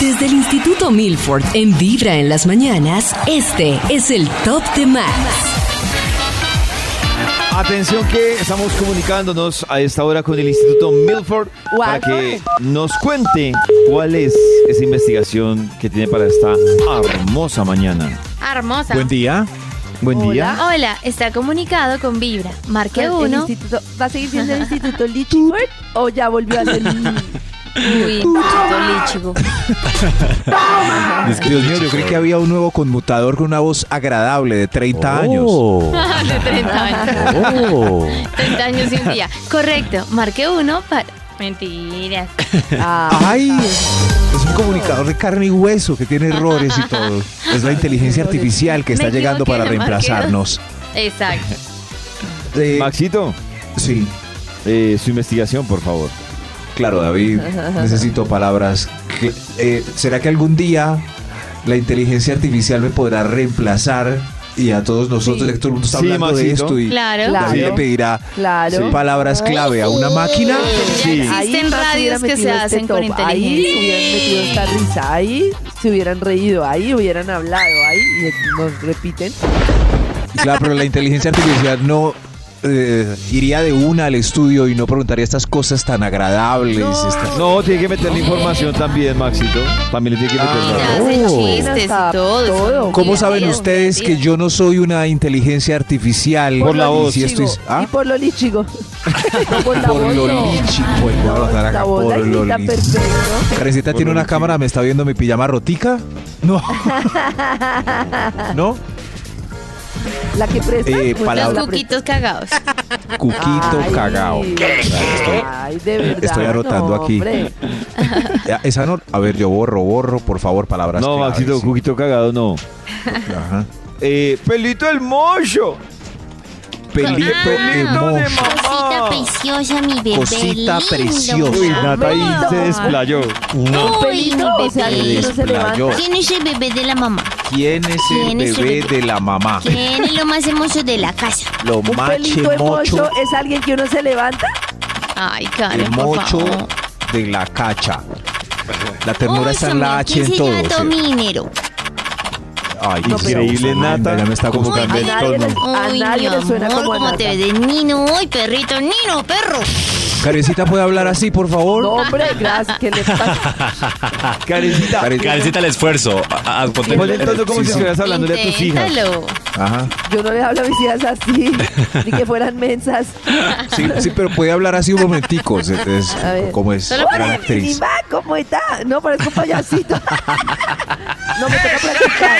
Desde el Instituto Milford en Vibra en las mañanas, este es el Top de Max. Atención que estamos comunicándonos a esta hora con el Instituto Milford para que nos cuente cuál es esa investigación que tiene para esta hermosa mañana. Ah, Hermosa. Buen día. Buen día. Hola, está comunicado con Vibra. Marque ¿El uno. instituto- ¿Va a seguir siendo el instituto Lichfield o ya volvió a ser Uy, Instituto Lichigo. Dios mío, yo creí que había un nuevo conmutador con una voz agradable de 30 años. De 30 años. 30 años y un día. Correcto. Marque uno para. Mentiras. ¡Ay! Es un comunicador de carne y hueso que tiene errores y todo. Es la inteligencia artificial que está Me llegando para equivoqué, reemplazarnos. Exacto. Eh, Maxito, sí, eh, su investigación, por favor. claro, David. Necesito palabras. que- eh, ¿Será que algún día la inteligencia artificial me podrá reemplazar? Y a todos nosotros, el todo el mundo está Sí, hablando de Maxito. esto y David Claro. Claro. le pedirá Claro. palabras clave a una máquina. Sí. Ya existen Rafa hubiera radios que se metido este hacen con top, Ahí se inteligencia. hubieran metido esta risa, ahí se hubieran reído, ahí hubieran hablado, ahí y nos repiten. Claro, pero la inteligencia artificial no eh, iría de una al estudio y no preguntaría estas cosas tan agradables. estas- No, tiene que meter la información también, Maxito. También le tiene que meter Se la- hacen Oh. Ah, chistes y Hasta todo. todo. son ¿Cómo divertidos, saben ustedes que divertidos. yo no soy una inteligencia artificial? Por la Y voz. si esto Chigo, es- ¿Ah? Y por lo lichigo. No, por la Por voz lo no. lichigo, voy a anotar acá, La voz por ahí lo está lichigo. perfecto. Karencita Por tiene lo una lichigo. cámara, me está viendo mi pijama rotica. No. ¿No? La que presta. Eh, muchas palabra- Los la cuquitos cagados. Cuquito Ay, cagao. Ay, de verdad. Estoy anotando no, aquí. hombre. Ya, Esa no. A ver, yo borro, borro, por favor, palabras. No, claves, Maxito, sí. cuquito cagado, no. Ajá. Eh, pelito el mocho. Pelito Ah. emoji. Cosita preciosa, mi bebé. lindo. Cosita preciosa. Uy, Nata ahí se desplayó. Uy, Pelito, mi o sea, bebé. que no se Desplayó. levanta. ¿Quién es el bebé de la mamá? ¿Quién es el ¿Quién es el bebé bebé? de la mamá? ¿Quién es lo más hermoso de la casa? Lo Un mache pelito mocho, hermoso es alguien que uno se levanta. Ay, el Karen, por mocho favor. de la cacha. La ternura Uy, está en Samuel, la H ¿quién en se todo. lleva todo sí. mi dinero? Ay, No, pero- increíble, Nata. Ya me está Uy, gustando A el nadie le, tono. a Uy, nadie mi le suena amor, como a cómo te Nata. ves de Nino. Uy, perrito, Nino, perro. Karencita, ¿puede hablar así, por favor? No, hombre, gracias. ¿Qué le pasa? Carecita. Care- Carecita el esfuerzo. Ah, ah, ponte- Ponle el tono como Sí, si sí. estuvieras hablándole a tus hijas. Inténtalo. Ajá. Yo no le hablo a mis hijas así, ni que fueran mensas. Sí, sí, pero puede hablar así un momentico. es- es- A ver. como es Solo gran actriz. Simba, ¿cómo está? No, parezco un payasito. No me toca practicar.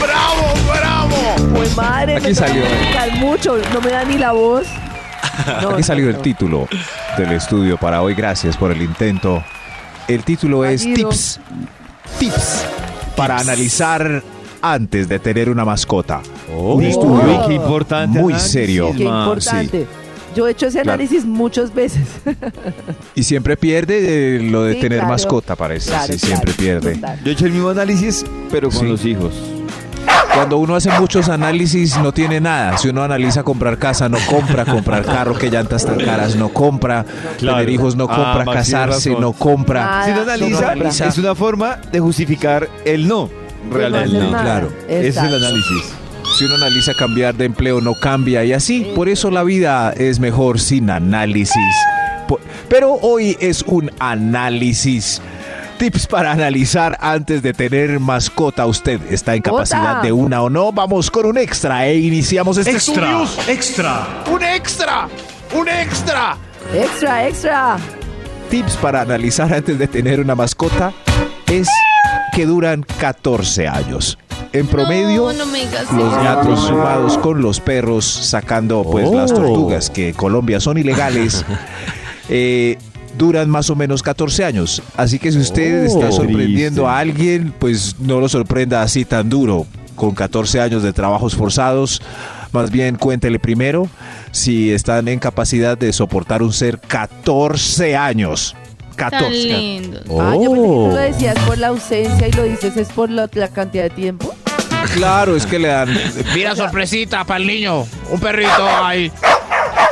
¡Bravo, bravo! Pues madre, Aquí me toca salió. practicar mucho. No me da ni la voz. No, Aquí salió no, el no. título del estudio para hoy. Gracias por el intento. El título es Fallido. Tips. Tips para analizar antes de tener una mascota. Un Uy, estudio Oh. qué importante. muy análisis, serio. Qué man. importante. Yo he hecho ese Claro. análisis muchas veces. y siempre pierde eh, lo de Sí, tener claro. mascota, parece. Claro, sí, siempre claro, pierde. total. Yo he hecho el mismo análisis, pero con Sí. los hijos. Cuando uno hace muchos análisis no tiene nada. Si uno analiza comprar casa no compra, comprar carro que llantas tan caras no compra, Claro. tener hijos no Ah, compra, Max, tiene casarse razón. no compra. Ah, Si no no analiza, analiza. es una forma de justificar el no. Realmente. hacer nada. Claro. Ese es el Exacto. análisis. Si uno analiza cambiar de empleo no cambia y así. Por eso la vida es mejor sin análisis. Po- Pero hoy es un análisis. Tips para analizar antes de tener mascota. ¿Usted está en capacidad Mascota. de una o no? Vamos con un extra e iniciamos este Extra, estudios. extra. ¡Un extra! ¡Un extra! Extra, extra. Tips para analizar antes de tener una mascota es que duran 14 años. En promedio, No, no me digas Los eso. gatos sumados con los perros, sacando pues Oh. las tortugas que en Colombia son ilegales, eh, duran más o menos 14 años. Así que si usted Oh. está sorprendiendo Triste. a alguien, pues no lo sorprenda así tan duro. con 14 años de trabajos forzados. Más bien cuéntele primero si están en capacidad de soportar un ser 14 años. Tan 14. lindos. Ah, yo pensé que tú Oh. lo decías por la ausencia y lo dices es por la, la cantidad de tiempo. Claro, es que le dan Mira, sorpresita para el niño. Un perrito ahí.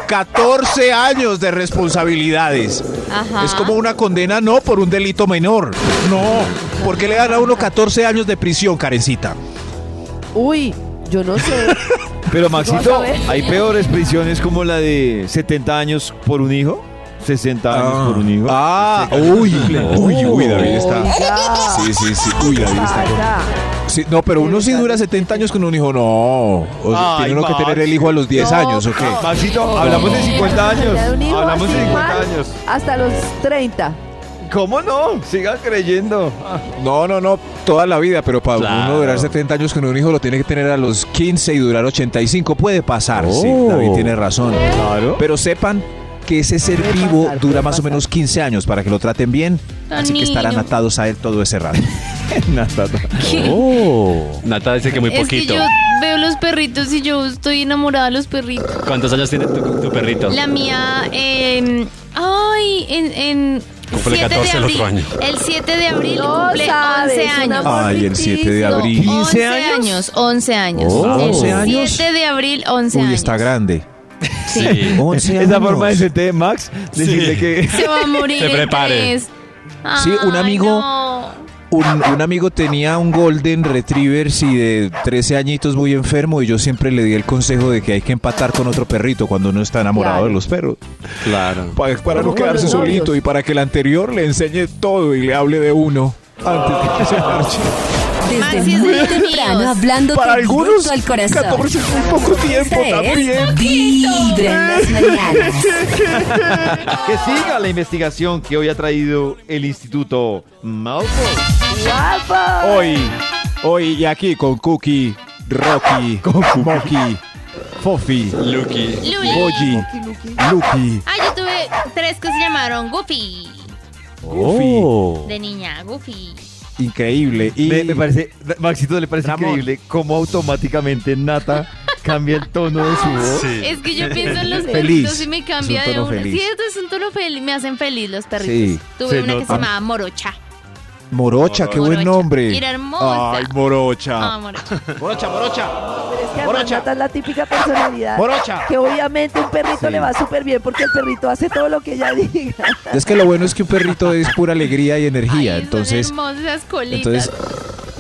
14 años de responsabilidades. Ajá. Es como una condena no por un delito menor. No. ¿Por qué le dan a uno 14 años de prisión, Karencita? Uy, yo no sé. Pero Vas Maxito, a ver. hay peores prisiones como la de 70 años por un hijo, 60 años por un hijo. Ah, uy, uy, uy, David está. Oiga. Sí, sí, sí. Uy, David está. Vaya. Sí, no, pero uno sí dura 70 años con un hijo, no. O sea, Ay, tiene uno que Max. tener el hijo a los 10 No, años, ¿o qué? Maxito, hablamos de Sí, 50 la años. cantidad de un hijo Hablamos de así 50 más, años. Hasta los 30. ¿Cómo no? Siga creyendo. No, no, no, toda la vida, pero para uno durar 70 años con un hijo lo tiene que tener a los 15 y durar 85. Puede pasar, sí, David tiene razón. Oh. Claro. Pero sepan que ese ser Puede vivo pasar, dura puede más o pasar. menos 15 años para que lo traten bien. Tan así que estarán niño. atados a él todo ese rato. Oh, Nata dice que muy Es que poquito. yo veo los perritos y yo estoy enamorada de los perritos. ¿Cuántos años tiene tu, tu perrito? La mía, eh, ay, en, en Cumple 7 14 el de otro abril. año. El 7 de abril No cumple sabes, 11 un años. amor Ay, el 7 de ficticio. abril. 11 años, 11 años. Oh. El 11 años. 7 de abril, 11 Uy, años. está grande. Sí. 11 Es la años. forma de sentir Max, decirle Sí. que Se va a morir. Se en prepare. tres. Sí, un Ay, amigo- no. Un, un amigo tenía un Golden Retriever, sí, de 13 añitos muy enfermo, y yo siempre le di el consejo de que hay que empatar con otro perrito cuando uno está enamorado Claro. de los perros. Claro. Para, para no Como quedarse los novios. solito y para que el anterior le enseñe todo y le hable de uno antes de que se marche. Desde Maxi es muy de los temprano míos. hablando Para directo algunos, al corazón. 14 es muy poco tiempo Esta es también. Vibra en las mañanas. que siga la investigación que hoy ha traído el Instituto Malfoy. ¡Guapo! Hoy, hoy y aquí con Cookie, Rocky, Moki, Fofi, Lucky. Luli. Boji, Lucky, Ay, yo tuve tres que se llamaron Guppy. Oh. Goofy. De niña, Goofy. Increíble. Y Me, me parece, Maxito, le parece Ramón. increíble cómo automáticamente Nata cambia el tono de su voz. Sí. Es que yo pienso en los Feliz. perritos y me cambia Es un de tono uno. feliz. Cierto, es un tono feliz. Me hacen feliz los perritos. Sí, Tuve se una que se nota. llamaba Morocha. Morocha, qué buen Morocha. nombre. Era hermosa. Ay, Morocha. Ah, Morocha. Morocha, morocha, Pero es que además Morocha. Ah, Nata es la típica personalidad. morocha. Que obviamente un perrito le va súper bien porque el perrito hace todo lo que ella diga. Es que lo bueno es que un perrito es pura alegría y energía, Ay, son entonces hermosas colitas. Entonces,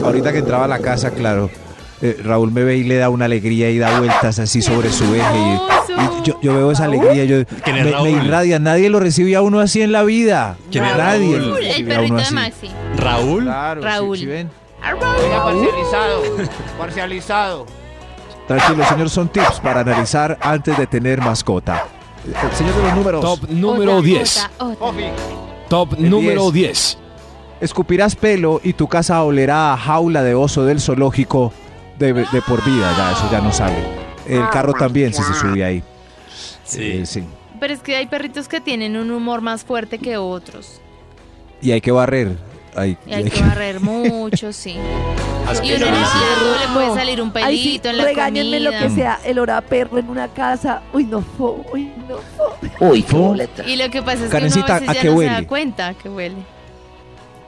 ahorita que entraba a la casa, claro, eh, Raúl me ve y le da una alegría y da vueltas así sobre su eje. y- hermoso. y yo, yo veo esa alegría, yo, ¿Quién me, es me Raúl? irradia. Nadie lo recibe a uno así en la vida. ¿Quién es Nadie Raúl? lo recibe a el uno perrito de así. Maxi. Raúl. Claro, Raúl. sí, sí ven. Oiga, parcializado. Parcializado. Tranquilo, señor, son tips para analizar antes de tener mascota. Eh, El señor de los números. Otra, otra, otra. Coffee. Top El número 10. Escupirás pelo y tu casa olerá a jaula de oso del zoológico de, de por vida. Ya, eso ya no sale. El carro también, si se sube ahí. Sí. Eh, sí. Pero es que hay perritos que tienen un humor más fuerte que otros. Y hay que barrer. Hay, Y hay que barrer mucho, sí. Y uno en el Asqueroso. perro le puede salir un Ay, sí, pelito en la regáñenme lo que comida. sea, el hora perro en una casa. Uy, no, fo, uy, no, fo. Uy, Y lo que pasa es que Karencita, uno a veces ¿a ya qué no se huele? da cuenta que huele.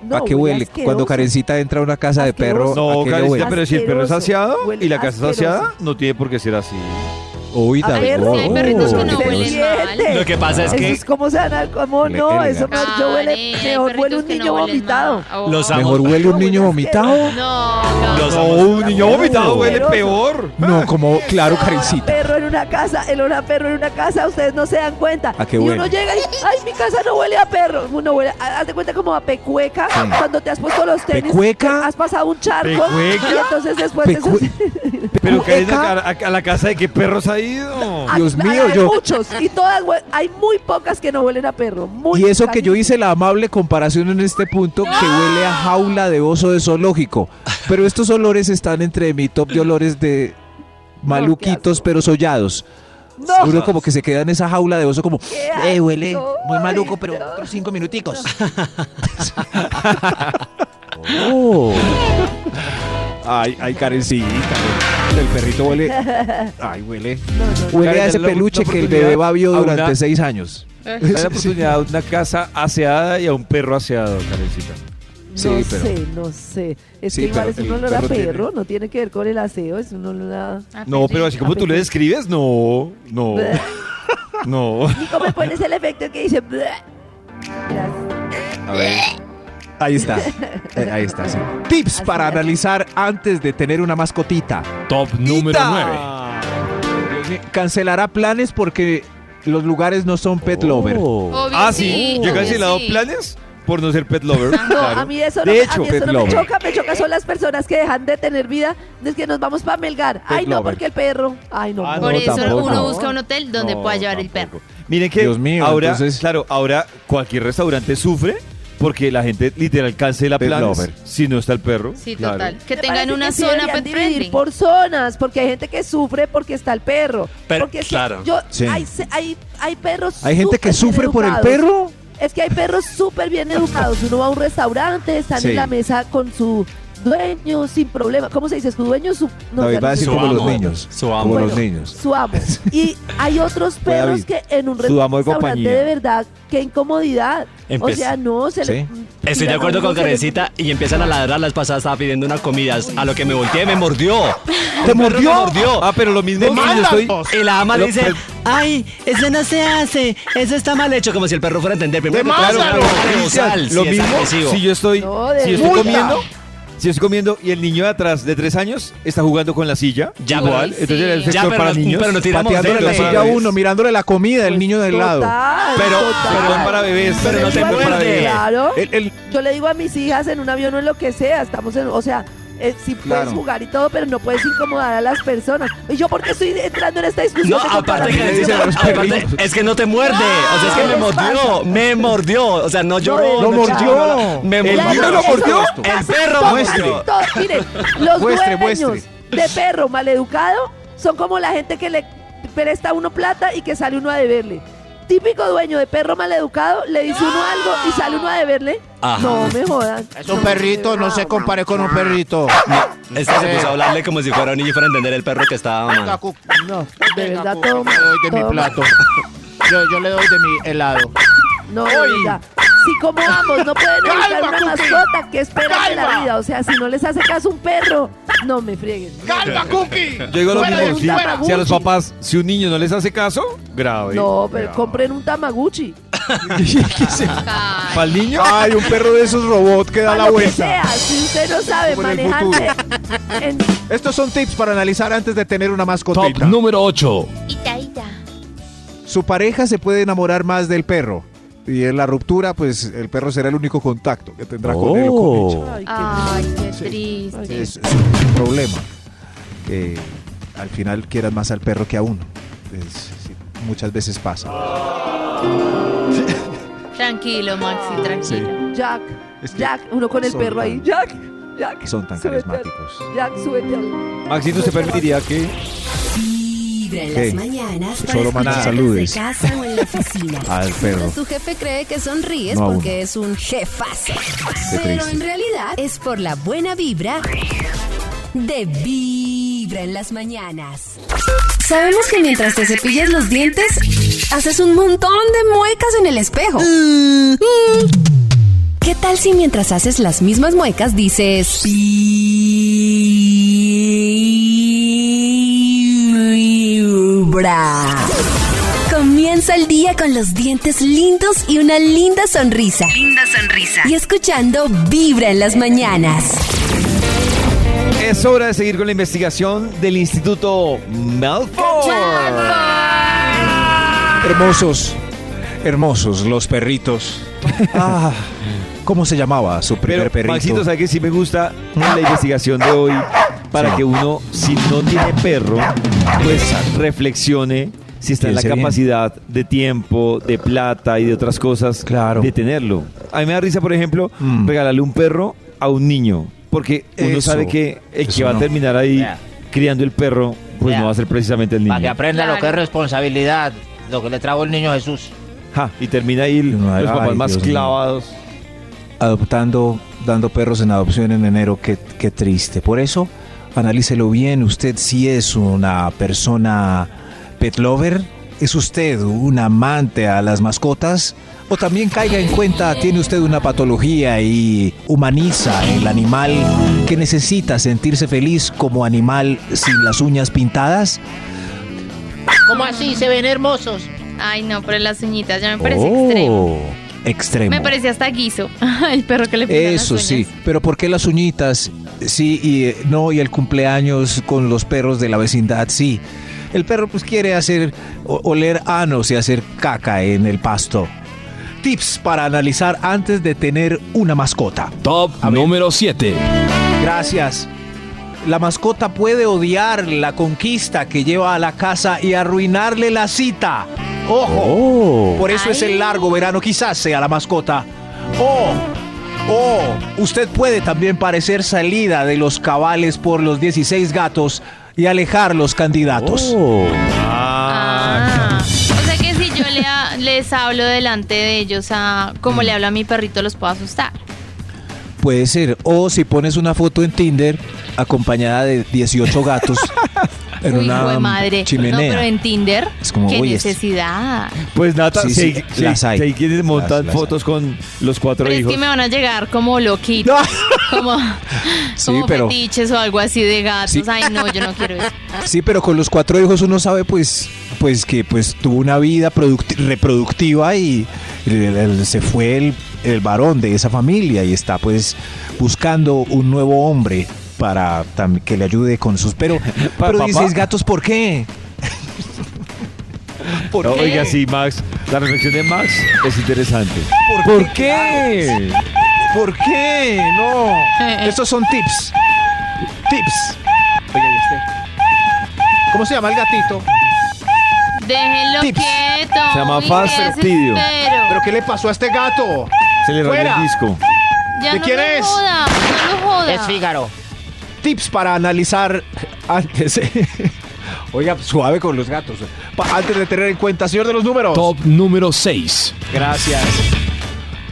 No, ¿A Ah, qué huele? Cuando asqueroso. Karencita entra a una casa de perro, Asqueroso. ¿a No, qué le Karencita, huele? pero si el perro es Asqueroso. saciado Huele y la casa es asqueroso. saciada, no tiene por qué ser así. Uy, A David, ver, sí, hay perritos que no Dios. huelen. Siete. Lo que pasa es Eso que es como sana, como Huele no, elegante. eso no, yo huele, Karen, Ah, hay mejor huele perritos un que niño no huelen vomitado. nada. Oh. Los Mejor huele un No, niño huele vomitado. No, no. los No, amos- un niño vomitado huele Asqueroso. peor. No, como, claro, El olor a Karencita. perro en una casa, el olor a perro en una casa, ustedes no se dan cuenta. ¿A Ah, qué y uno huele? llega y, ay, mi casa no huele a perro. Uno huele, haz de cuenta como a pecueca, Sí. cuando te has puesto los tenis. ¿Pecueca? Has pasado un charco. ¿Pecueca? Y entonces después Pecu- de esos- Pero ¿Cueca? Karencita, ¿a, a la casa de qué perros ha ido? a- Dios a- mío, hay yo- muchos. Y todas, hue- hay muy pocas que no huelen a perro. Muy Y eso que yo casi- hice la amable comparación en este punto, que huele a jaula de oso de zoológico. Pero estos olores están entre mi top de olores de maluquitos, pero sollados. No. Uno como que se queda en esa jaula de oso como, Qué eh, huele asco, muy maluco, ay, pero no. otros cinco minuticos. Oh. Ay, ay, Karencita. El perrito huele. Ay, huele. no. Huele a Karen, ese dale la peluche que el oportunidad bebé babió a una- durante seis años. Hay la oportunidad de una casa aseada y a un perro aseado, Karencita. Sí, no pero- sé, no sé. Es Sí, que pero igual es un el olor a perro tiene- perro, no tiene que ver con el aseo, es un olor a... Ah, No, pero así como tú le describes, no, no, no. Nico, me pones el efecto que dice... "Bleh". Gracias. A ver. Ahí está. Eh, ahí está, sí. Tips Así para es. analizar antes de tener una mascotita. Top número ¡Ita! 9. Cancelará planes porque los lugares no son pet lover. Obvio, Ah, sí. Yo he cancelado obvio, sí. planes por no ser pet lover. Ah, No, claro. a mí eso no, De me- hecho, a mí eso Pet no me Lover. choca, me choca son las personas que dejan de tener vida desde que nos vamos para Melgar. Ay, no, Lover. porque el perro. Ay, no. Ah, Por No, eso tampoco. uno busca un hotel donde No, pueda llevar el tampoco. perro. Miren que Dios mío, ahora, entonces- claro, ahora cualquier restaurante sufre porque la gente literal cancela Pet planes lover. si no está el perro. Sí, Claro. total. Que Me tengan parece una que sí zona deberían pet dividir friendly. por zonas, porque hay gente que sufre porque está el perro. Pero, porque es que claro. yo, Sí. hay, se- hay, hay perros. Hay gente que súper sufre bien por el educados. perro. Es que hay perros súper bien educados. Uno va a un restaurante, están Sí. en la mesa con su dueño sin problema. ¿Cómo se dice? Su dueño, su. no, David ya no va a sé decir su cómo como amo. los se llama. niños. Su amo. Como los Bueno, niños. Su amo. Y hay otros Fue perros David. que en un Su amo de restaurante compañía. de verdad, qué incomodidad. Empe- O sea, no se le. Sí. Estoy tiran de a acuerdo uno, con se le- Karencita y empiezan a ladrar. Las pasadas estaba pidiendo una comida. A lo que me volteé, me mordió. ¿Te mordió? Ah, pero lo mismo. Demanda, yo estoy- vos. Y la ama le Lo- dice: el- Ay, eso no se hace. Eso está mal hecho. Como si el perro fuera a entender. Primero que todo, claro, Demándalo, claro, Cristian, sal, lo si es mismo agresivo. si yo estoy, No, de si yo estoy multa. comiendo, si yo estoy comiendo y el niño de atrás de tres años está jugando con la silla. Ya, igual. pero- entonces sí. el Ya, sector pero para no- niños. pero no tiramos Pateándole de Pues la la silla a vez. uno, mirándole la comida, el niño del lado. pues Total, Pero total. sector para bebés, pero no Yo sector digo a para mis- muerde. bebés. Claro. El- el- Yo le digo a mis hijas en un avión o en lo que sea, estamos en, o sea, eh, si Claro. puedes jugar y todo, pero no puedes incomodar a las personas. ¿Y yo por qué estoy entrando en esta discusión? No, de aparte que le le dicen dice, comparación? a los aparte, perritos. es que no te muerde. O sea, es que me mordió, me mordió. O sea, no lloró. No chilló, mordió. la- Me El mordió. perro lo Eso mordió. no El pasa en perro todo, muestre. casi todo. Miren, los Muestre, dueños muestre. de perro maleducado son como la gente que le presta a uno plata y que sale uno a deberle. Típico dueño de perro maleducado, le dice uno algo y sale uno a deberle. Ajá. No me jodan. Es un perrito, no se compare con un perrito. Este se puso a hablarle como si fuera un niño y fuera a entender el perro que estaba Venga, mal. Cuc. No, de Venga, verdad Cuc, todo Yo le doy de todo mi mal. plato. Yo, yo le doy de mi helado. No, de verdad. Si como ambos no pueden evitar Calma, una Cookie. mascota, ¿qué esperan de la Calma. vida? O sea, si no les hace caso un perro, no me frieguen. ¡Calma, Cookie! Yo digo lo Fuera de mismo. un Si, tamaguchi. si a los papás, si un niño no les hace caso, grave. No, pero compren un tamaguchi. Ay, Para el niño, Ay, un perro de esos robots que da A la lo que vuelta. sea, si usted no sabe Como en el manejar en- Estos son tips para analizar antes de tener una Top mascotita. número 8. Ita, ita. Su pareja se puede enamorar más del perro. Y en la ruptura, pues el perro será el único contacto que tendrá con él o con Oh. ella. Ay, qué- Ay, qué triste. es, es un problema. Eh, al final quieras más al perro que a uno. Es- sí, muchas veces pasa. Tranquilo, Maxi, tranquilo. Jack, Es que Jack, uno con el son perro tan- ahí. Jack, Jack. Son tan súbete al- carismáticos. Jack, súbete al- Maxito se permitiría que. Vibra en ¿Qué? las mañanas para Solo mandan escuchar saludes. desde casa o en la oficina. Al perro. Tu jefe cree que sonríes No a uno. porque es un jefazo. Qué Pero triste. en realidad es por la buena vibra de Vibra en las mañanas. Sabemos que mientras te cepillas los dientes, haces un montón de muecas en el espejo. Mm, ¿Qué tal si mientras haces las mismas muecas dices Vibra? Comienza el día con los dientes lindos y una linda sonrisa. Linda sonrisa. Y escuchando Vibra en las mañanas. Es hora de seguir con la investigación del Instituto Malfoy. Hermosos. Hermosos los perritos. Ah, ¿Cómo se llamaba su primer Pero, perrito? Ah. Maxito, ¿sabes que sí me gusta la investigación de hoy? Para Sí. que uno, si no tiene perro, pues reflexione si está en la Piense bien. capacidad de tiempo, de plata y de otras cosas Claro. de tenerlo. A mí me da risa, por ejemplo, Mm. regalarle un perro a un niño. Porque uno Eso, sabe que el que eso va no. a terminar ahí Yeah. criando el perro, pues Yeah. no va a ser precisamente el Para que niño. aprenda lo que es Claro. responsabilidad, lo que le trajo el niño Jesús. Ja, y termina ahí el- Ay, los papás más Dios mío. clavados. adoptando, dando perros en adopción en enero, qué, qué triste. Por eso, analícelo bien, usted si es una persona pet lover, es usted un amante a las mascotas, o también caiga en cuenta, tiene usted una patología y humaniza el animal que necesita sentirse feliz como animal sin las uñas pintadas. ¿Cómo así? Se ven hermosos. Ay, no, pero las uñitas ya me parece Oh, extremo. extremo. Me parecía hasta guiso. El perro que le pica Eso sí, pero ¿por qué las uñitas? Sí, y eh, no, y el cumpleaños con los perros de la vecindad, sí. El perro pues quiere hacer o- oler anos y hacer caca en el pasto. Tips para analizar antes de tener una mascota. Top número 7. Gracias. La mascota puede odiar la conquista que lleva a la casa y arruinarle la cita. Oh. Ojo. Por eso es el largo verano, quizás sea la mascota. O, o, usted puede también parecer salida de los cabales por los 16 gatos y alejar los candidatos. Ah. Ah. O sea que si yo le ha- les hablo delante de ellos, a, Mm. como le hablo a mi perrito, los puedo asustar. Puede ser. O si pones una foto en Tinder acompañada de 18 gatos en Uy, una hijo de madre. chimenea. No, pero en Tinder, Es como, qué "Uy, este- necesidad. Pues Nata, Sí, si hay- sí, si hay- las hay. si hay quienes montan Las- las fotos con los cuatro Pero hijos. es que me van a llegar como loquitos, como, como fetiches o algo así de gatos. Sí. Ay, no, yo no quiero eso. Sí, pero con los cuatro hijos uno sabe pues, pues que pues tuvo una vida producti- reproductiva y el- el- se fue el, el varón de esa familia y está pues buscando un nuevo hombre para tam- que le ayude con sus... Pero, pero papá. 16 gatos, ¿por qué? ¿Por No, qué? Oiga, sí, Max. La reflexión de Max es interesante. ¿Por, qué? ¿Por qué? No. Eh. Estos son tips. Tips. Oiga, ¿y este? ¿Cómo se llama el gatito? Déjenlo Tips. quieto. Se llama uy, qué fastidio. desespero. ¿Pero qué le pasó a este gato? Se le rayó Fuera. el disco. Ya ¿De no quién lo es? joda, no lo Eh, joda. Es Tips para analizar antes. eh. Oiga, pues, suave con los gatos. eh. Pa- antes de tener en cuenta, señor de los números. Top número 6. Gracias.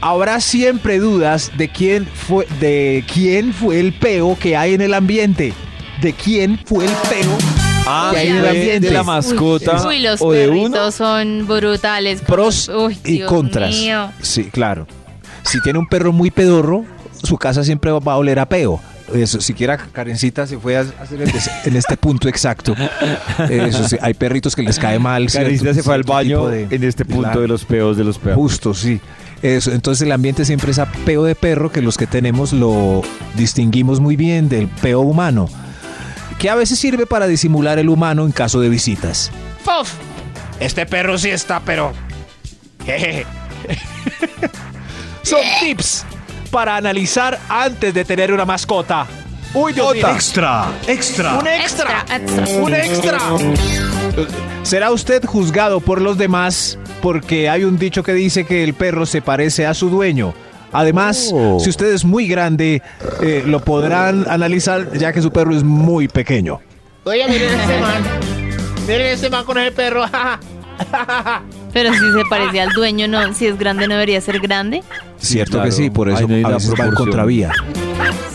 Habrá siempre dudas de quién fue, de quién fue el peo que hay en el ambiente. De quién fue el peo Ah, que hay en el fue ambiente. de la mascota Uy, los o de perritos uno. son brutales. Pros Uy, y Dios contras. mío. Sí, claro. Si tiene un perro muy pedorro, su casa siempre va a oler a peo. Eso, siquiera Karencita se fue a hacer el des- en este punto exacto. Eso sí, hay perritos que les cae mal. cierto- Karencita se fue al cierto baño tipo de- en este de punto la- de los peos de los peos. Justo, sí. Eso, entonces el ambiente siempre es a peo de perro, que los que tenemos lo distinguimos muy bien del peo humano, que a veces sirve para disimular el humano en caso de visitas. ¡Fof! Este perro sí está, pero. Jejeje. Son tips para analizar antes de tener una mascota. Uy, Dios mío. Extra, extra. Un extra. extra. Un extra. Será usted juzgado por los demás porque hay un dicho que dice que el perro se parece a su dueño. Además, Oh. si usted es muy grande, eh, lo podrán analizar ya que su perro es muy pequeño. Oiga, miren ese man. Miren ese man con ese perro. Pero si se parece al dueño, no, si es grande no debería ser grande. Cierto claro. que sí, por eso Ahí no hay a la veces va en proporción. contravía.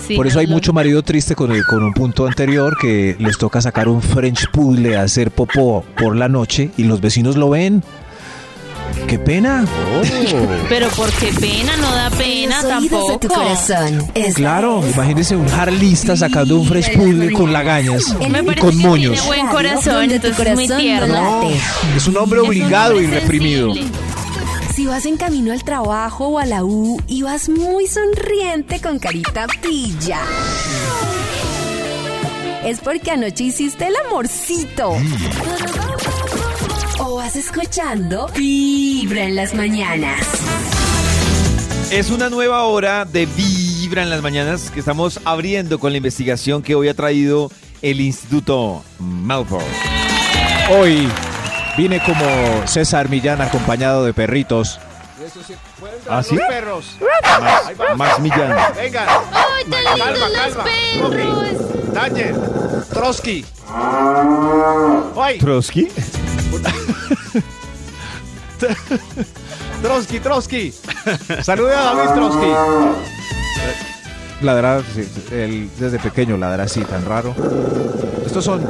Sí, Por eso hay Carlos. mucho marido triste con, el- con un punto anterior que les toca sacar un French Poodle a hacer popó por la noche y los vecinos lo ven. ¡Qué pena! Pero porque pena, no da pena Los oídos tampoco. de tu corazón. Es Claro, imagínese un jarlista sacando un French Poodle con lagañas Me Me y parece con que moños. tiene buen corazón, Donde tu entonces es muy corazón tierno. no late. Es un hombre Es un obligado hombre y reprimido. sensible. Si vas en camino al trabajo o a la U y vas muy sonriente con carita pilla. Es porque anoche hiciste el amorcito. O vas escuchando Vibra en las mañanas. Es una nueva hora de Vibra en las mañanas que estamos abriendo con la investigación que hoy ha traído el Instituto Malford. Hoy vine como César Millán acompañado de perritos. ¿Ah, sí? Perros, Max, Max Millán. venga, ¡Ay, tan lindos los perros! Taller, Trotsky. ¿Trotsky? Trotsky, Trotsky. Salude a David Trotsky. ladra, sí, él desde pequeño ladra así, tan raro. Estos son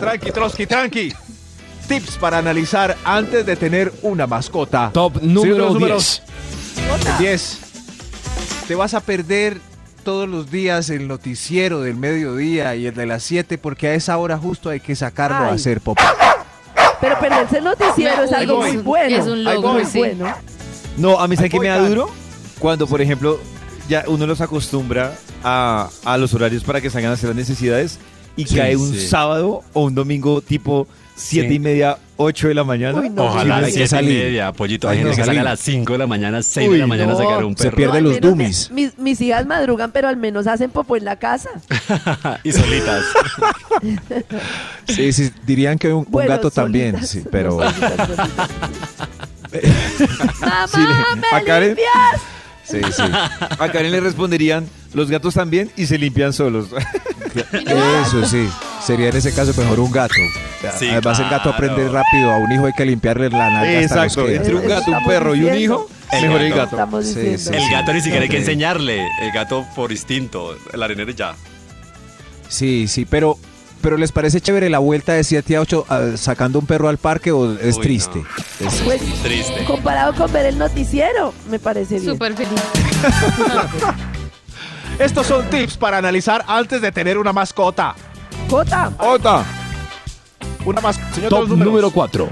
tranqui, troski, tranqui. Tips para analizar antes de tener una mascota. Top número 10. Te vas a perder todos los días el noticiero del mediodía y el de las 7 porque a esa hora justo hay que sacarlo a Ay. hacer popó. Pero perderse el noticiero Me- es algo Ahí voy. muy bueno. Es un logro, muy sí. bueno. No, a mí sé que voy, me da Karen. duro cuando, por ejemplo, ya uno los acostumbra a, a los horarios para que salgan a hacer las necesidades y Sí, cae un sí. sábado o un domingo tipo siete Sí. y media, 8 de la mañana. Ojalá Sí, no a las hay que siete y salir. media, pollito. Hay Hay gente que que sale a salir. las 5 de la mañana, 6 de Uy, la mañana a no, sacar un se perro. pierde Al los menos me- dummies. Mis, mis hijas madrugan, pero al menos hacen popo en la casa. y solitas. Sí, sí, dirían que un, un Bueno, gato también, solitas, sí, pero... ¡Mamá, Sí, Ah, le- a me Karen. limpias! Sí, sí. A Karen le responderían, los gatos también y se limpian solos. Eso sí, sería en ese caso mejor un gato. Sí, Además el gato claro. aprende rápido, a un hijo hay que limpiarle la nalga hasta los Exacto, que- entre un Eso gato, un estamos perro y un diciendo. hijo, mejor el gato. Estamos Sí, diciendo. sí, El gato ni siquiera hay que Ok. enseñarle. El gato por instinto. El arenero ya. Sí, sí, pero, pero ¿les parece chévere la vuelta de 7 a 8 ah, sacando un perro al parque o es Uy, triste? Es- Pues, Triste. comparado con ver el noticiero, me parece bien. Súper feliz. Estos son tips para analizar antes de tener una mascota. Jota, Oh, ¡Ota! Una mascota. Top número 4.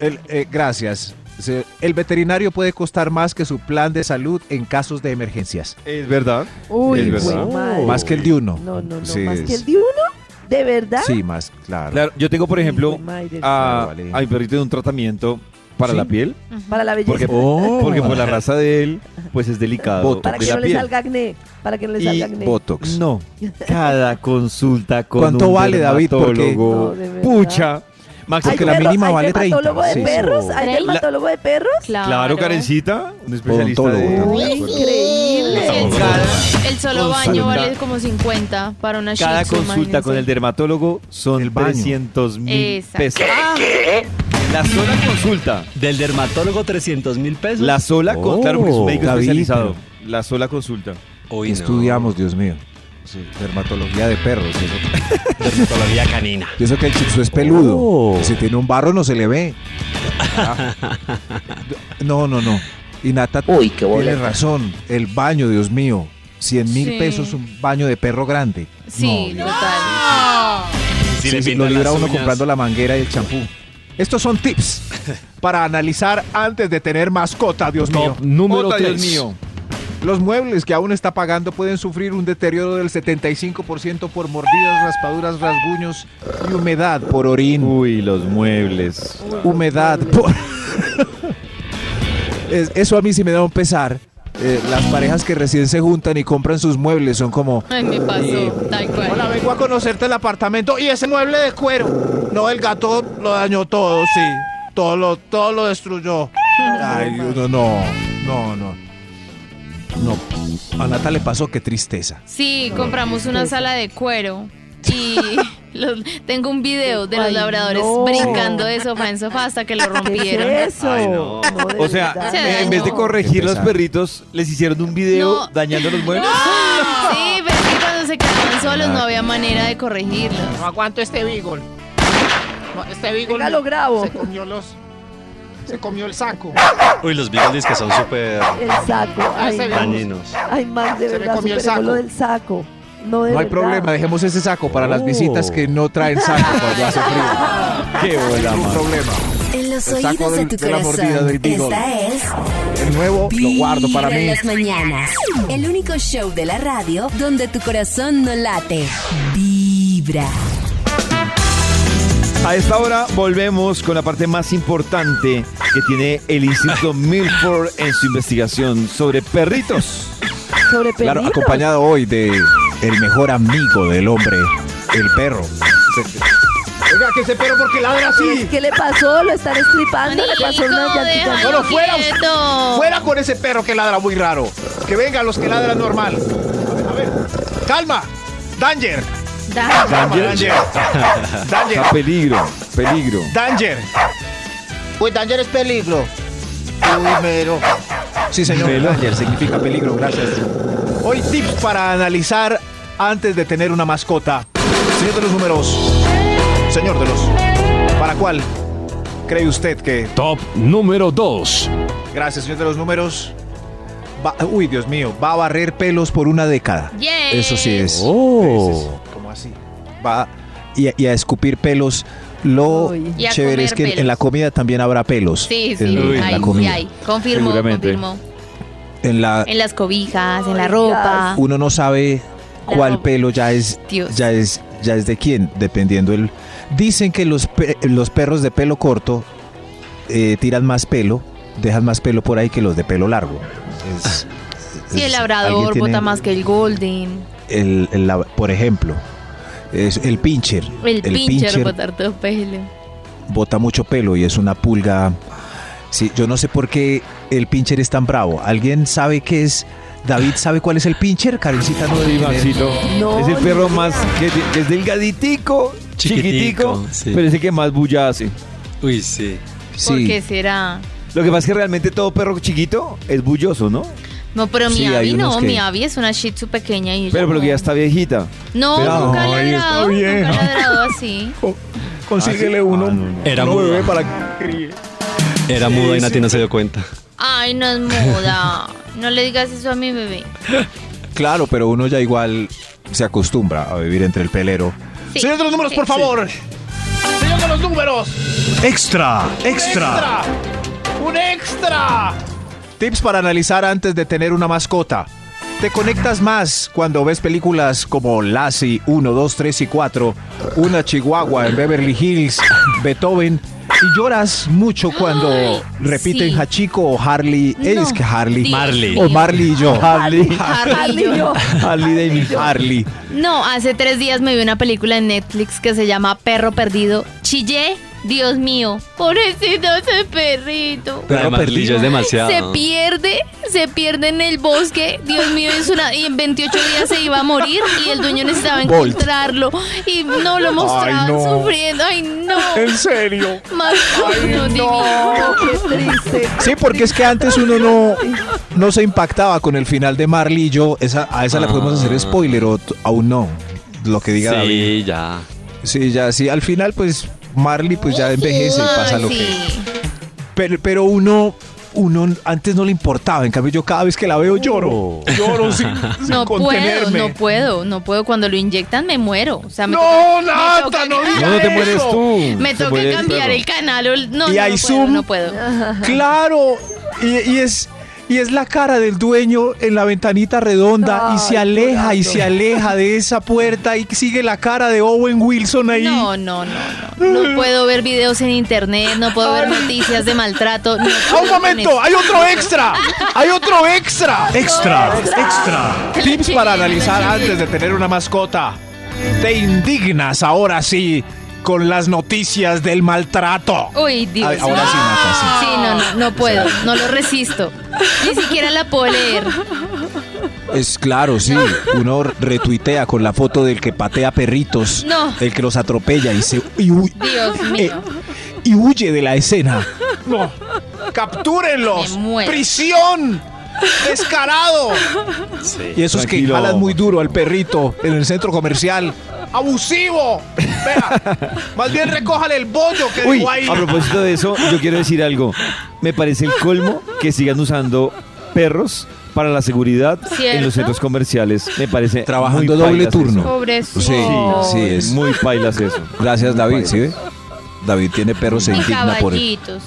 El- eh, gracias. Se- El veterinario puede costar más que su plan de salud en casos de emergencias. Es verdad. uy, Es güey, verdad. madre. Más que el de uno. No, no, no, Sí, más que es- el de uno, ¿de verdad? Sí, más, claro. Claro, yo tengo, por Hijo ejemplo, ah, de madre. a, Vale, vale. a mi perrito de un tratamiento para Sí. la piel, Para la belleza. porque, Oh. porque por la raza de él, pues es delicado. Botox. para de que la no le piel. salga acné. Para que no le Y salga acné. Botox. No, cada consulta con ¿Cuánto un vale, David? Porque- dermatólogo. No, de verdad. Pucha. Max, ¿Hay Porque la perro- mínima hay vale 30, dermatólogo de sí. perros? ¿Hay Treinta. dermatólogo de perros? Claro. claro, Karencita, un especialista Odontólogo de... también. Increíble. El Tampoco. solo, el solo Consulta. baño vale como 50 para una shih Cada tzu, consulta con imagínense. el dermatólogo son El baño. 300 mil Exacto. pesos. La sola consulta. Del dermatólogo, 300 mil pesos. La sola consulta. claro, porque es un Oh, médico David, especializado. La sola consulta. Uy, no. Estudiamos, Dios mío. Sí, dermatología de perros. Eso. Dermatología canina. Y eso que el chipso es peludo. Oh. Si tiene un barro no se le ve. No, no, no. Y Nata Uy, qué tiene razón. El baño, Dios mío. 100 mil Sí. pesos un baño de perro grande. Sí, No, total. Si Sí, le sí, pintan lo libra las uno uñas. comprando la manguera y el champú. Estos son tips para analizar antes de tener mascota, Dios mío. Top número Ota, 3. Dios mío. Los muebles que aún está pagando pueden sufrir un deterioro del 75% por mordidas, raspaduras, rasguños y humedad por orín. Uy, los muebles. humedad por... Es- eso a mí sí me da un pesar. Eh, las parejas que recién se juntan y compran sus muebles son como... Ay, me pasó, tal cual. vengo a conocerte el apartamento y ese mueble de cuero. No, el gato lo dañó todo, sí. Todo lo, todo lo destruyó. Ay, uno, no, no, no. No, a Nata le pasó qué tristeza. Sí, compramos una sala de cuero y los- tengo un video de los Ay, labradores no. brincando de sofá en sofá hasta que lo ¿Qué rompieron. es eso? Ay, no. de O sea, verdad. Se en vez de dañó. corregir los Empezar. perritos, les hicieron un video No. dañando los muebles. Sí, pero es que cuando se quedaban solos no había manera de corregirlos. No aguanto este beagle. No, este beagle Venga, lo grabo. se comió los... Se comió el saco. Uy, los beagles que son súper El saco. Ay, Ese Max. dañinos. Ay, Max, de Se me verdad, comió el superemos saco. lo del saco. No, de No hay verdad. problema, eh. dejemos ese saco para las Oh. visitas que no traen saco cuando hace frío. Qué bola, Ningún man. problema. En los El saco oídos de del- tu de la mordida corazón, del beagle. esta es El nuevo lo guardo para Vibra en mí. las mañanas, el único show de la radio donde tu corazón no late. Vibra. A esta hora volvemos con la parte más importante que tiene el Instituto Milford en su investigación sobre perritos. Sobre Claro, pelitos. acompañado hoy de el mejor amigo del hombre, el perro. Oiga, que ese perro porque ladra ¿Qué- ¿Qué le pasó? ¿Lo están estripando? ¿Le pasó una llantita? déjalo Bueno, fuera usted. quieto. Fuera con ese perro que ladra muy raro. Que vengan los que ladran normal. A ver, calma. Danger. Da- Calma, Danger. Danger. Está peligro, peligro. Danger. Uy, Danger es peligro. Uy, mero. Sí, señor. Danger significa peligro, gracias. Hoy tips para analizar antes de tener una mascota. Señor de los números. Señor de los. ¿Para cuál cree usted que? Top número 2. Gracias, señor de los números. Va- uy, Dios mío, va a barrer pelos por una década. Yay. Eso sí Pues es. Oh. ¿Cómo así? Va y, y a escupir pelos. Lo Y a chévere comer es que en- en la pelos. comida también habrá pelos. Sí, En- sí, en la hay, sí comida. hay. Confirmó, Seguramente. confirmó. En la, En las cobijas, en la ropa. uno no sabe cuál pelo ya es, Dios. ya es, ya es de quién, dependiendo el. Dicen que los, pe- los perros de pelo corto eh, tiran más pelo, dejan más pelo por ahí que los de pelo largo. Es- Ah. Sí, el es- labrador alguien tiene bota más que el golden. el- el lab- por ejemplo, es el pincher. El, pincher botar todo pelo. bota mucho pelo y es una pulga. Sí, yo no sé por qué el pincher es tan bravo. ¿Alguien sabe qué es? David sabe cuál es el pincher, Karencita no debe tener. es el perro más que, que es delgaditico, chiquitico, Chiquitico, sí. pero es el que más bulla hace. Uy, sí. ¿Por qué será? Lo que pasa es que realmente todo perro chiquito es bulloso, ¿no? No, pero Sí, mi hay Abby unos no, que- mi Abby es una shih tzu pequeña y ella Pero porque no. ya está viejita. No, Pero- nunca Ay, le he está ladrado, nunca vieja. le he ladrado así. Consíguele Ah, uno. Era Ah, uno muda. bebé para Era muda y Nati no se dio cuenta. Ay, no es moda. No le digas eso a mi bebé. Claro, pero uno ya igual se acostumbra a vivir entre el pelero. Señor de los números, por Sí. favor. Señor de los números. Extra, Un extra. Tips para analizar antes de tener una mascota. Te conectas más cuando ves películas como Lassie 1, 2, 3 y 4, Una Chihuahua en Beverly Hills, Beethoven, y lloras mucho cuando repiten sí. Hachiko o Harley. No, Es que Harley. Dios Marley. O Marley y yo. Harley. Harley y yo. Harley Davidson. Harley. No, hace tres días me vi una película en Netflix que se llama Perro Perdido. Chillé, Dios mío, pobrecito ese perrito. Pero además, perdido. Lillo es demasiado. Se pierde, se pierde en el bosque. Dios mío, es una, y en 28 días se iba a morir y el dueño necesitaba Bolt. encontrarlo. Y no lo mostraban no. sufriendo. Ay, no. ¿En serio? Más no, divino. Sí, porque es que antes uno no, no se impactaba con el final de Marley y yo. Esa, a esa la podemos hacer spoiler o t- aún no. Lo que diga sí, David. ya. Sí, ya, sí. Al final, pues Marley pues ya envejece y pasa lo que. Pero, pero uno, uno antes no le importaba. En cambio, yo cada vez que la veo lloro. Lloro sin, sin No puedo, contenerme. no puedo, no puedo. Cuando lo inyectan me muero. O sea, me No, toca- me Nata, toca- no digas No, no te eso. mueres tú. Me Se toca muere el cambiar perro. el canal. o el- No, Y no, hay no puedo, Zoom. no puedo. Claro. Y, y es. Y es la cara del dueño en la ventanita redonda y se aleja y se aleja de esa puerta y sigue la cara de Owen Wilson ahí. No, no, no, no. No puedo ver videos en internet, no puedo ver noticias de maltrato. no puedo con un eso. momento! ¡Hay otro extra! ¡Hay otro extra! Extra, extra. Tips para analizar antes de tener una mascota. Te indignas ahora sí con las noticias del maltrato. Uy, Dios. Ay, ahora sí, Nata, sí. Sí, no, no, no puedo, no lo resisto. Ni siquiera la puedo leer. Es claro, sí. Uno retuitea con la foto del que patea perritos, No. el que los atropella y se y, hu- Dios mío. Eh, y huye de la escena. No. ¡Captúrenlos! Me muero. ¡Prisión! ¡Descarado! Y esos Tranquilo. que jalan muy duro al perrito en el centro comercial. ¡Abusivo! Vea, más bien recójale el bollo que Uy, dejó ahí. a propósito de eso, yo quiero decir algo. Me parece el colmo que sigan usando perros para la seguridad en ¿Cierto? los centros comerciales. Me parece Trabajando muy doble pailas turno. eso. Pobrecito. Oh. Muy pailas eso. Gracias, David, ¿sí ve? David tiene perros Y en digna por el... caballitos.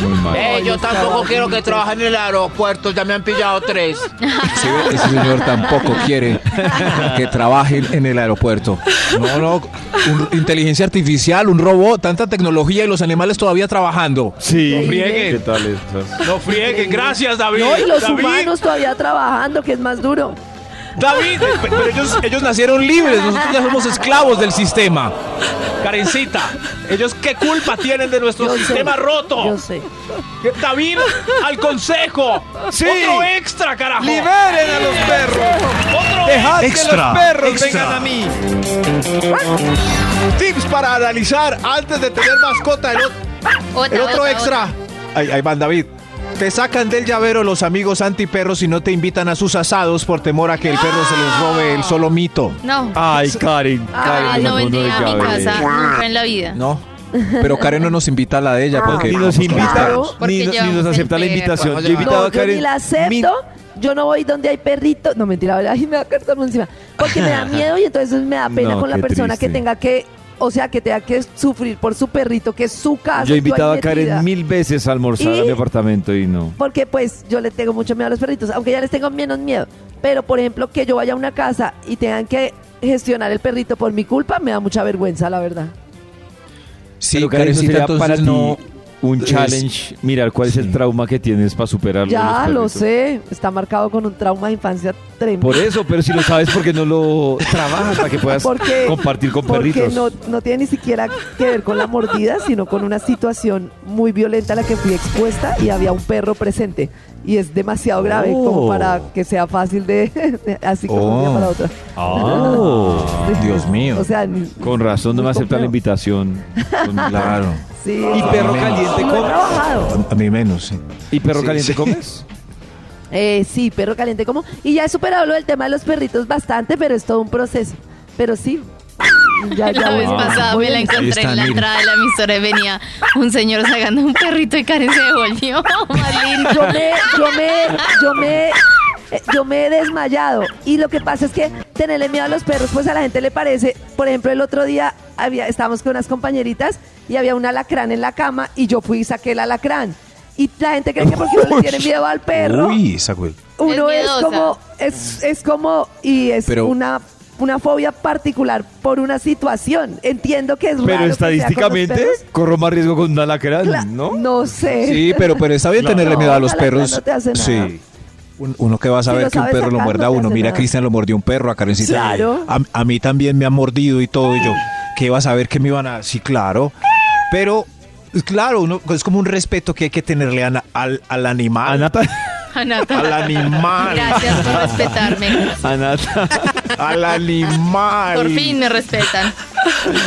Muy mal. Eh, yo tampoco quiero que trabajen en el aeropuerto, ya me han pillado tres. Sí, ve, Ese señor tampoco quiere que trabajen en el aeropuerto. No, no, un- inteligencia artificial, un robot, tanta tecnología y los animales todavía trabajando. Sí. No ¿Qué frieguen. tal eso? No frieguen, gracias, David. No, y los David, humanos todavía trabajando, que es más duro. David, eh, pe- pero ellos, ellos nacieron libres, nosotros ya somos esclavos del sistema. Karencita, ellos qué culpa tienen de nuestro Yo sé, sistema roto. yo sé. David, al consejo. Sí. Otro extra, carajo. ¡Liberen a los perros! Otro ¡Dejad que Extra, los perros extra. vengan a mí! Tips para analizar antes de tener mascota. El, ot- Otra, el otro otra, extra. otra. Ahí, ahí van, David. Te sacan del llavero los amigos antiperros y no te invitan a sus asados por temor a que el perro se les robe el solomito. No. Ay, Karen. Ah, Karen, no, no no vendría a mi cabe. casa nunca en la vida. No. Pero Karen no nos invita a la de ella porque Ni nos invita, Porque ni, no- ni llevamos nos acepta el la perro. invitación. Yo No, invitaba a yo ni Karen. la acepto. Yo no voy donde hay perritos. No, mentira, ahí me va a caer todo el mundo encima. Porque me da miedo y entonces me da pena No, con la qué persona que triste. tenga que, o sea, que tenga que sufrir por su perrito, que es su casa. Yo ahí invitaba a metida. Karen mil veces a almorzar ¿Y? a mi apartamento y no. Porque pues yo le tengo mucho miedo a los perritos, aunque ya les tengo menos miedo. Pero por ejemplo, que yo vaya a una casa y tengan que gestionar el perrito por mi culpa, me da mucha vergüenza, la verdad. Sí, Pero Karen, ¿no Karencita, sería entonces para ti no- un es- challenge. Mirar cuál es el trauma que tienes para superarlo. de los ya lo perritos? sé, está marcado con un trauma de infancia tremendo. Por eso, pero si lo sabes, porque no lo trabajas para que puedas Porque- compartir con Porque perritos? no, no tiene ni siquiera que ver con la mordida, sino con una situación muy violenta a la que fui expuesta y había un perro presente. Y es demasiado grave como Oh. para que sea fácil de, de- así como de un día Oh. para otro. Ah, Dios mío. O sea, ni- Con razón no me acepta la invitación. Claro. sí. ¿Y perro caliente Lo he comes? trabajado. A mí menos, sí. ¿Y perro Sí, caliente sí. comes? Eh, sí, perro caliente como. Y ya he superado lo del tema de los perritos bastante, pero es todo un proceso. Pero sí. Ya, ya La voy- vez pasada voy me la bien. encontré están, en la miren. entrada de la emisora y venía un señor sacando un perrito y Karen se devolvió. Más lindo. yo me, yo me, yo me, eh, yo me he desmayado. Y lo que pasa es que tenerle miedo a los perros, pues a la gente le parece. Por ejemplo, el otro día había, estábamos con unas compañeritas y había un alacrán en la cama y yo fui y saqué el alacrán. Y la gente cree que porque uno le tiene miedo al perro, Uy, esa güey. uno Es es, miedosa. como, es, es como, y es Pero- una una fobia particular por una situación. Entiendo que es raro que sea Pero con los estadísticamente perros. corro más riesgo con un alacrán, Cla- ¿no? no sé. Sí, pero, pero está bien Claro. tenerle No, miedo a los ojalá que perros. no te hace nada. Sí. Un- Uno que va a Si saber lo que un sabes perro lo sacar, muerda no a te uno. hace Mira, nada. Cristian lo mordió un perro, a Karencita. Claro. A, a mí también me han mordido y todo. Y yo, ¿qué va a saber que me iban a.? Sí, claro. Pero, claro, uno, es como un respeto que hay que tenerle a na- al, al animal. Anata. Al animal. Gracias por respetarme. Anata. al animal. Por fin me respetan.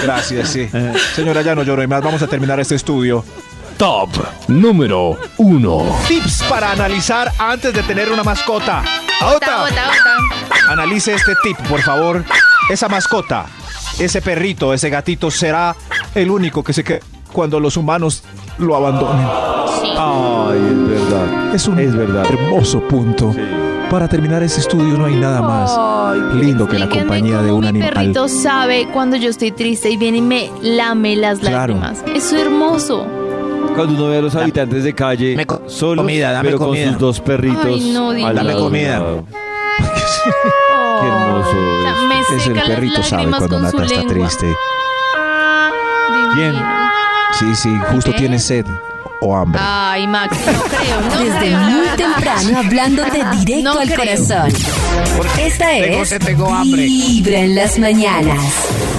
Gracias, sí. Eh. Señora, ya no lloro y más. Vamos a terminar este estudio. Top número 1. Tips para analizar antes de tener una mascota. Bota, ¡Aota! bota, bota. Analice este tip, por favor. Esa mascota, ese perrito, ese gatito será el único que se quede cuando los humanos lo abandonen. Ay, es verdad. Es un Es verdad. hermoso punto. Para terminar ese estudio no hay nada más Oh. Ay, lindo que la Explíquenme compañía de cómo un mi animal. perrito sabe cuando yo estoy triste y viene y me lame las Claro. lágrimas. Eso es hermoso. Cuando uno ve a los habitantes de calle solos, comida, dame pero comida. con sus dos perritos. Ay, no, al divino. lado, Dame comida. al lado. Qué hermoso. O sea, me Es el seca perrito las sabe lágrimas cuando con Nata su está lengua. triste. Divino. Sí, sí, justo ¿Qué? tiene sed o hambre. Ay, Max, no creo, no Desde creo, la muy verdad. temprano hablándote directo No al creo. corazón. Esta Tengo es sed, tengo hambre. Vibra en las mañanas.